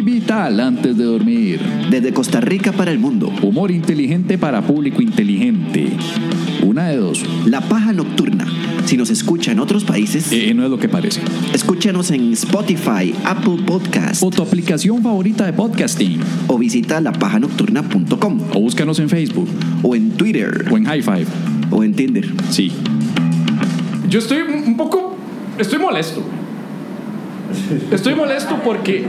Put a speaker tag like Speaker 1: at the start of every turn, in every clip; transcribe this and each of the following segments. Speaker 1: Vital antes de dormir.
Speaker 2: desde Costa Rica para el mundo.
Speaker 1: Humor inteligente para público inteligente. Una de dos.
Speaker 2: La Paja Nocturna. Si nos escucha en otros países,
Speaker 1: Eh, no es lo que parece.
Speaker 2: escúchanos en Spotify, Apple Podcast
Speaker 1: O tu aplicación favorita de podcasting.
Speaker 2: o visita lapajanocturna.com
Speaker 1: O búscanos en Facebook.
Speaker 2: o en Twitter
Speaker 1: O en High Five.
Speaker 2: o en Tinder.
Speaker 1: Sí. Yo estoy un un poco. Estoy molesto. Estoy molesto porque.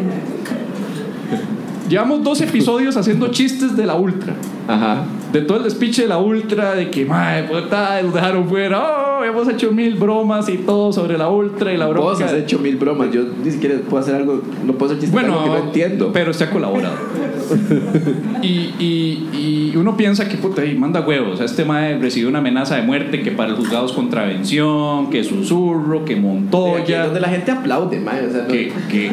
Speaker 1: Llevamos dos episodios haciendo chistes de la ultra.
Speaker 3: Ajá.
Speaker 1: De todo el despiche de la ultra, de que, madre, puta, nos dejaron fuera. Oh, hemos hecho mil bromas y todo sobre la ultra y la broma.
Speaker 3: Vos has hecho mil bromas. Yo ni siquiera puedo hacer algo. No puedo hacer chistes de
Speaker 1: Bueno,
Speaker 3: algo que no entiendo.
Speaker 1: pero se ha colaborado. y, y- y uno piensa que puta, y manda huevos. Este mae recibió una amenaza de muerte que para el juzgado es contravención, que susurro, que
Speaker 3: Oye, aquí es donde
Speaker 1: Montoya.
Speaker 3: la gente aplaude, mae. O sea, no-
Speaker 1: Que, que-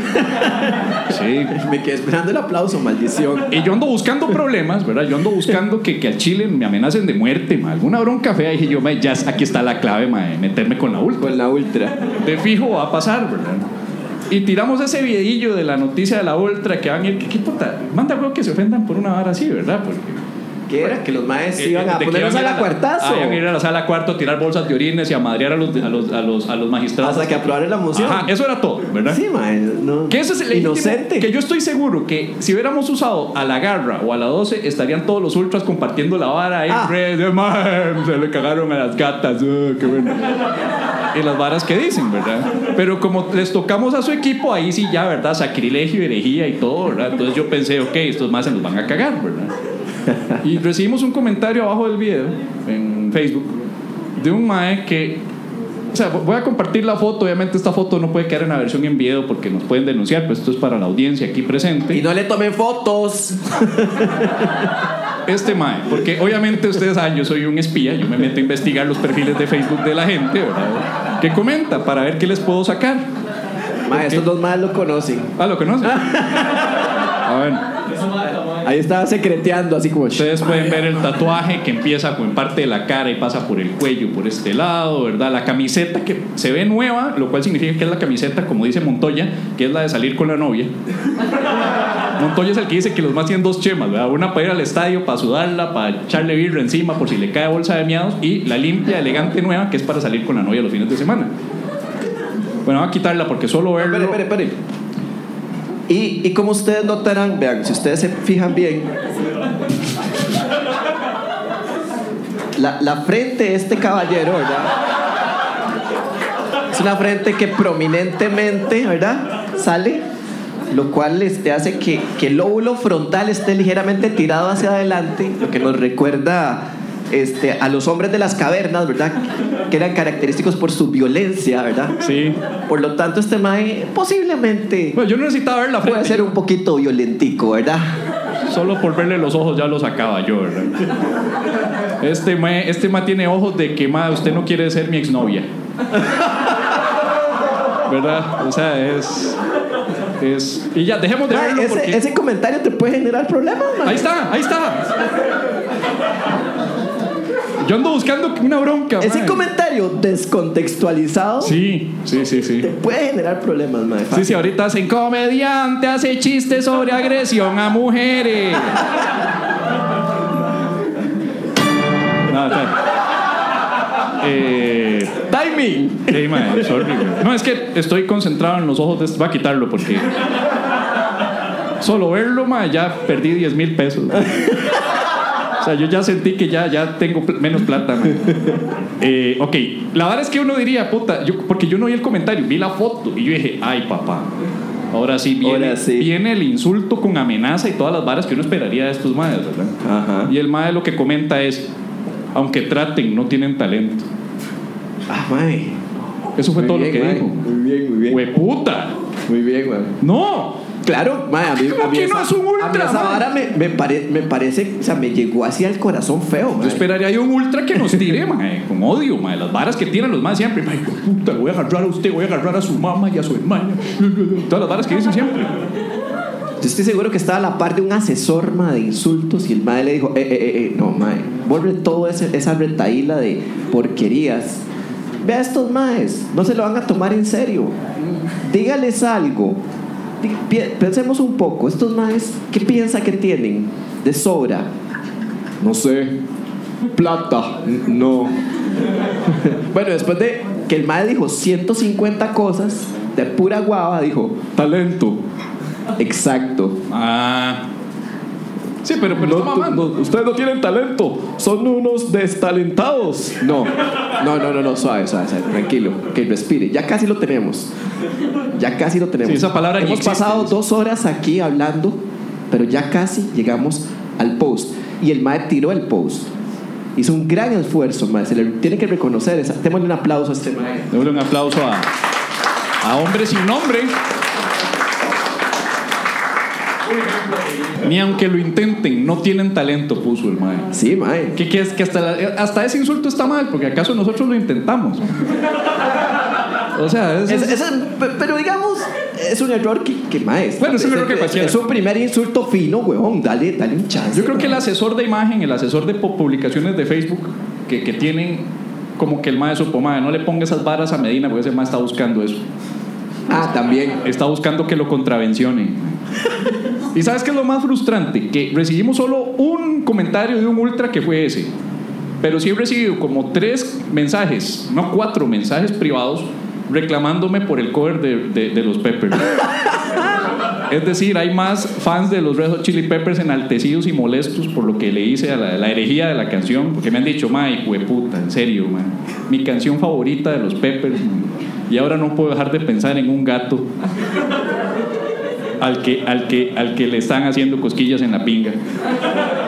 Speaker 1: sí.
Speaker 3: me quedé esperando el aplauso, maldición.
Speaker 1: Y yo ando buscando problemas, ¿verdad? Yo ando buscando que, que al Chile me amenacen de muerte, mae. alguna bronca fea. Y dije yo, mae, ya aquí está la clave, mae, meterme con la ultra.
Speaker 3: Con la ultra.
Speaker 1: de fijo va a pasar, ¿verdad? Y tiramos ese videillo de la noticia de la ultra que van a ir, ¿qué, qué puta? Manda huevo que se ofendan por una vara así, ¿verdad? Porque,
Speaker 3: ¿Qué era? Que los maes
Speaker 1: eh,
Speaker 3: iban a
Speaker 1: de que
Speaker 3: ponernos a
Speaker 1: iban ir
Speaker 3: la cuartazo.
Speaker 1: Ah, iban a ir a la sala cuarto a tirar bolsas de orines y a madrear a los, a los, a los, a los magistrados.
Speaker 3: Hasta que aprobaron la moción.
Speaker 1: Ajá, eso era todo, ¿verdad?
Speaker 3: Sí, mae. No.
Speaker 1: Que ese es el legítimo-
Speaker 3: Inocente.
Speaker 1: Que yo estoy seguro que si hubiéramos usado a la garra o a la 12, estarían todos los ultras compartiendo la vara en
Speaker 3: Ah.
Speaker 1: redes. "Mae, Se le cagaron a las gatas. ah, qué bueno". Y las varas que dicen, ¿verdad? Pero como les tocamos a su equipo, ahí sí ya, ¿verdad? Sacrilegio, herejía y todo, ¿verdad? Entonces yo pensé, ok, estos más se nos van a cagar, ¿verdad? Y recibimos un comentario abajo del video en Facebook de un mae que. O sea, voy a compartir la foto. Obviamente, esta foto no puede quedar en la versión en video porque nos pueden denunciar, pero esto es para la audiencia aquí presente.
Speaker 3: Y no le tomen fotos.
Speaker 1: Este mae, porque obviamente ustedes saben, yo soy un espía, yo me meto a investigar los perfiles de Facebook de la gente, ¿verdad? Que comenta para ver qué les puedo sacar.
Speaker 3: Mae, estos dos maes lo conocen.
Speaker 1: Ah, lo conocen. Ah, bueno.
Speaker 3: Ahí estaba secreteando, así como.
Speaker 1: Ustedes pueden ver el tatuaje que empieza con parte de la cara y pasa por el cuello, por este lado, ¿verdad? La camiseta que se ve nueva, lo cual significa que es la camiseta, como dice Montoya, que es la de salir con la novia. Montoya es el que dice que los más tienen dos chemas, ¿verdad? Una para ir al estadio, para sudarla, para echarle birra encima por si le cae bolsa de miados, y la limpia, elegante, nueva, que es para salir con la novia los fines de semana. Bueno, voy a quitarla porque solo verlo...
Speaker 3: Espere, espere, espere. Y, y como ustedes notarán, vean, si ustedes se fijan bien, la, la frente de este caballero, ¿verdad? Es una frente que prominentemente, ¿verdad? Sale, lo cual este, hace que, que el lóbulo frontal esté ligeramente tirado hacia adelante, lo que nos recuerda este, a los hombres de las cavernas, ¿verdad? Que eran característicos por su violencia, ¿verdad?
Speaker 1: Sí.
Speaker 3: Por lo tanto, este mae posiblemente
Speaker 1: Bueno, yo no necesitaba ver la frente.
Speaker 3: puede ser un poquito violentico, ¿verdad?
Speaker 1: Solo por verle los ojos ya los sacaba yo, ¿verdad? Este ma, este ma tiene ojos de que ma, usted no quiere ser mi exnovia. ¿Verdad? O sea, es. es y ya, dejemos de
Speaker 3: Mae,
Speaker 1: verlo
Speaker 3: ese,
Speaker 1: porque-
Speaker 3: ese comentario te puede generar problemas, mae.
Speaker 1: Ahí está, ahí está. Yo ando buscando una bronca.
Speaker 3: Ese
Speaker 1: ma.
Speaker 3: comentario descontextualizado
Speaker 1: Sí, sí, sí, sí.
Speaker 3: te puede generar problemas, mae.
Speaker 1: Sí, sí, ahorita hacen comediante, hace chistes sobre agresión a mujeres. No, está bien. Eh,
Speaker 3: Timing.
Speaker 1: sí, mae, sorry, güey. No, es que estoy concentrado en los ojos de este. Voy a quitarlo porque. Solo verlo, mae, ya perdí 10 mil pesos. O sea, yo ya sentí que ya, ya tengo pl- menos plata, mae. Eh, ok, la verdad es que uno diría, puta, yo, porque yo no vi el comentario, vi la foto y yo dije, ay, papá. Ahora sí viene,
Speaker 3: Ahora sí.
Speaker 1: viene el insulto con amenaza y todas las varas que uno esperaría de estos madres, ¿verdad?
Speaker 3: Ajá.
Speaker 1: Y el madre lo que comenta es, aunque traten, no tienen talento.
Speaker 3: Ah, mae.
Speaker 1: Eso fue
Speaker 3: Muy
Speaker 1: todo
Speaker 3: bien,
Speaker 1: lo que
Speaker 3: mae.
Speaker 1: dijo.
Speaker 3: Muy bien, muy bien.
Speaker 1: ¡Hueputa!
Speaker 3: Muy bien, mae.
Speaker 1: ¡No!
Speaker 3: Claro, mae, a mí,
Speaker 1: ¿Cómo
Speaker 3: a mí
Speaker 1: que no es un ultra,
Speaker 3: a mí esa
Speaker 1: mae?
Speaker 3: vara me, me, pare- me parece, o sea, me llegó hacia el corazón feo,
Speaker 1: Yo
Speaker 3: mae.
Speaker 1: esperaría ahí un ultra que nos tire, mae, con odio, mae, las varas que tiran los más siempre. Mae, puta, voy a agarrar a usted, voy a agarrar a su mamá y a su hermana. Todas las varas que dicen siempre.
Speaker 3: Yo Yo estoy seguro que estaba a la par de un asesor ma, de insultos y el madre le dijo, eh, eh, eh, eh, no, madre, vuelve toda esa retaíla de porquerías. Ve a estos maes, no se lo van a tomar en serio. Dígales algo. Di- pi- Pensemos un poco, estos maes, ¿qué piensa que tienen de sobra? No sé. Plata, N- no. bueno, después de que el madre dijo 150 cosas de pura guava, dijo,
Speaker 1: Talento.
Speaker 3: exacto.
Speaker 1: Ah. Sí, pero, pero está mamando.
Speaker 3: ustedes no tienen talento, son unos destalentados. No, no, no, no, no, suave, suave, suave, tranquilo, que respire. Ya casi lo tenemos. Ya casi lo tenemos.
Speaker 1: Sí, esa palabra ya
Speaker 3: Hemos
Speaker 1: existe.
Speaker 3: pasado dos horas aquí hablando, pero ya casi llegamos al post. Y el Mae tiró el post. Hizo un gran esfuerzo, Mae. Se le tiene que reconocer. esa- Démosle un aplauso a este Mae.
Speaker 1: Démosle un aplauso a, a Hombre Sin Nombre. Ni aunque lo intenten, no tienen talento, puso el mae.
Speaker 3: Sí, Mae.
Speaker 1: ¿Qué quieres? Que hasta, la- hasta ese insulto está mal, porque acaso nosotros lo intentamos. O sea, es,
Speaker 3: Es- es- pero digamos, es un error que, que mae,
Speaker 1: Bueno, es un error que cualquiera.
Speaker 3: Es un primer insulto fino, huevón. Dale, dale un chance.
Speaker 1: Yo creo que el asesor de imagen, el asesor de pu- publicaciones de Facebook, que, que tienen como que el mae supo, mae, no le ponga esas varas a Medina, porque ese mae está buscando eso.
Speaker 3: Ah, también.
Speaker 1: Está buscando que lo contravencionen. ¿Y sabes qué es lo más frustrante? Que recibimos solo un comentario de un ultra que fue ese. Pero sí he recibido como tres mensajes, no cuatro mensajes privados, reclamándome por el cover de, de- de los Peppers. Es decir, hay más fans de los Red Hot Chili Peppers enaltecidos y molestos por lo que le hice a la, la herejía de la canción, porque me han dicho, mae, puta, en serio, mae, mi canción favorita de los Peppers, mae, y ahora no puedo dejar de pensar en un gato al que, al que, al que le están haciendo cosquillas en la pinga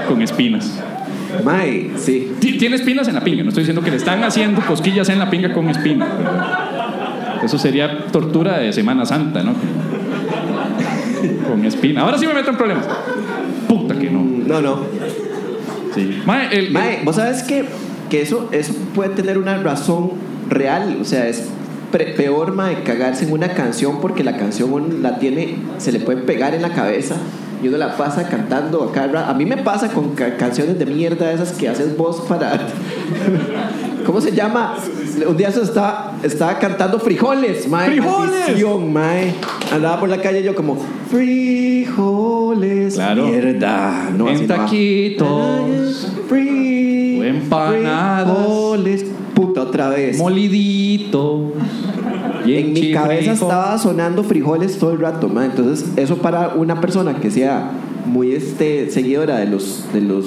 Speaker 1: con espinas.
Speaker 3: Mae, sí.
Speaker 1: Ti- Tiene espinas en la pinga, no estoy diciendo que le están haciendo cosquillas en la pinga con espinas. Eso sería tortura de Semana Santa, ¿no? Con espina. Ahora sí me meto en problemas. Puta que no.
Speaker 3: Mm, No, no.
Speaker 1: Sí. Mae, el-
Speaker 3: Mae, vos sabes que, que eso, eso puede tener una razón real. O sea, es pre- peor, mae, cagarse en una canción porque la canción uno la tiene, se le puede pegar en la cabeza y uno la pasa cantando acá. ra- A mí me pasa con ca- canciones de mierda esas que haces vos para. ¿Cómo se llama? Un día se estaba, estaba cantando frijoles, mae.
Speaker 1: ¡Frijoles!
Speaker 3: Maldición, mae. Andaba por la calle yo como, frijoles.
Speaker 1: Claro.
Speaker 3: Mierda. No,
Speaker 1: En
Speaker 3: así no va.
Speaker 1: taquitos.
Speaker 3: Free,
Speaker 1: O empanadas.
Speaker 3: frijoles. Puta, otra vez.
Speaker 1: molidito. y
Speaker 3: en mi
Speaker 1: chifrijo.
Speaker 3: cabeza estaba sonando frijoles todo el rato, man. Entonces, eso para una persona que sea muy este, seguidora de los. De los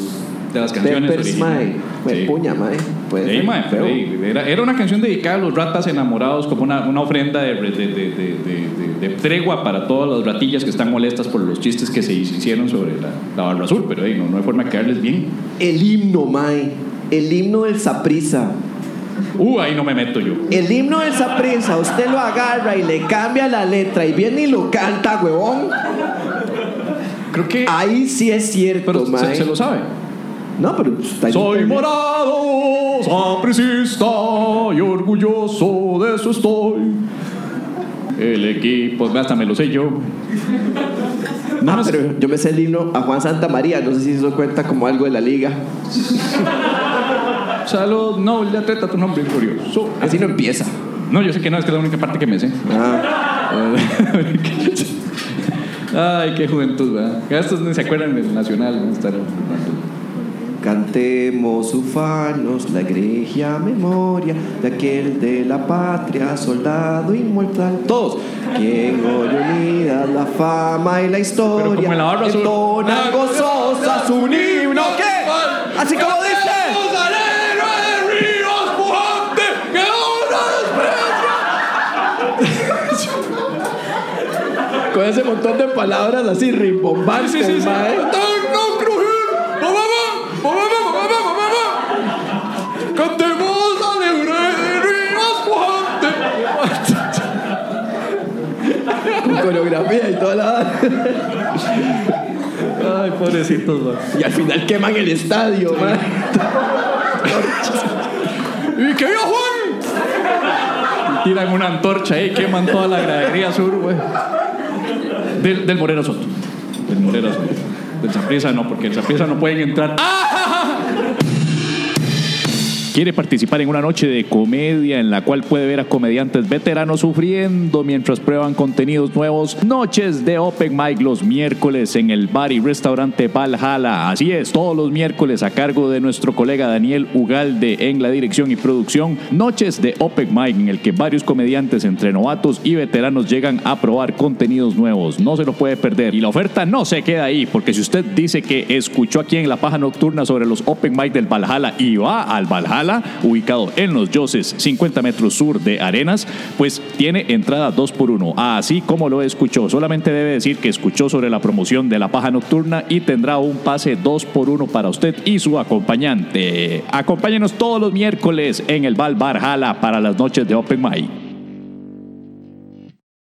Speaker 1: De las canciones
Speaker 3: Peppers,
Speaker 1: originales.
Speaker 3: mae. Mae,
Speaker 1: Sí.
Speaker 3: puña, mae. Puede
Speaker 1: Sí,
Speaker 3: ser
Speaker 1: mae,
Speaker 3: feo.
Speaker 1: sí, era, era una canción dedicada a los ratas enamorados, como una, una ofrenda de, de- de- de- de- de- de tregua para todas las ratillas que están molestas por los chistes que se hicieron sobre la, la barra azul, pero ey, no, no hay forma de quedarles bien.
Speaker 3: El himno, mae. El himno del Saprisa.
Speaker 1: Uh, ahí no me meto yo.
Speaker 3: El himno del Saprisa, usted lo agarra y le cambia la letra y viene y lo canta, huevón.
Speaker 1: Creo que.
Speaker 3: Ahí sí es cierto,
Speaker 1: pero se,
Speaker 3: mae.
Speaker 1: se lo sabe.
Speaker 3: No, pero está en
Speaker 1: Soy
Speaker 3: internet.
Speaker 1: morado, sapricista y orgulloso de eso estoy. El equipo, hasta me lo sé yo.
Speaker 3: No,
Speaker 1: no sé.
Speaker 3: Ah, pero yo me sé el himno a Juan Santa María, no sé si eso cuenta como algo de la liga.
Speaker 1: Salud, no, le atleta tu nombre glorioso.
Speaker 3: Así no empieza.
Speaker 1: No, yo sé que no, es que es la única parte que me sé.
Speaker 3: Ah,
Speaker 1: Ay, qué juventud, ¿verdad? Estos ni se acuerdan del Nacional. ¿no? Estar-
Speaker 3: Cantemos ufanos la egregia memoria de aquel de la patria, soldado inmortal. Todos, quien hoy unida la fama y la historia,
Speaker 1: Pero como en la barra azul. Ah,
Speaker 3: entonan gozosas un himno que, así como dice. Con ese montón de palabras así rimbombantes,
Speaker 1: Sí, sí, sí.
Speaker 3: mae. con coreografía y toda la.
Speaker 1: Ay, pobrecitos, ¿verdad?
Speaker 3: Y al final queman el estadio, man.
Speaker 1: ¡Y que viva Juan! Y tiran una antorcha ahí, queman toda la gradería sur, güey. Del, del Moreno Soto. del Moreras, del Zaprisa no, porque el Zaprisa no pueden entrar. ¿Quiere participar en una noche de comedia en la cual puede ver a comediantes veteranos sufriendo mientras prueban contenidos nuevos? Noches de Open Mic los miércoles en el bar y restaurante Valhalla. Así es, todos los miércoles a cargo de nuestro colega Daniel Ugalde en la dirección y producción. Noches de Open Mic en el que varios comediantes entre novatos y veteranos llegan a probar contenidos nuevos. No se los puede perder. Y la oferta no se queda ahí, porque si usted dice que escuchó aquí en La Paja Nocturna sobre los Open Mic del Valhalla y va al Valhalla, Ala, ubicado en Los Yoses, 50 metros sur de Arenas, pues tiene entrada 2x1. Así como lo escuchó, solamente debe decir que escuchó sobre la promoción de la paja nocturna y tendrá un pase 2x1 para usted y su acompañante. Acompáñenos todos los miércoles en el Val Barjala para las noches de Open Mic.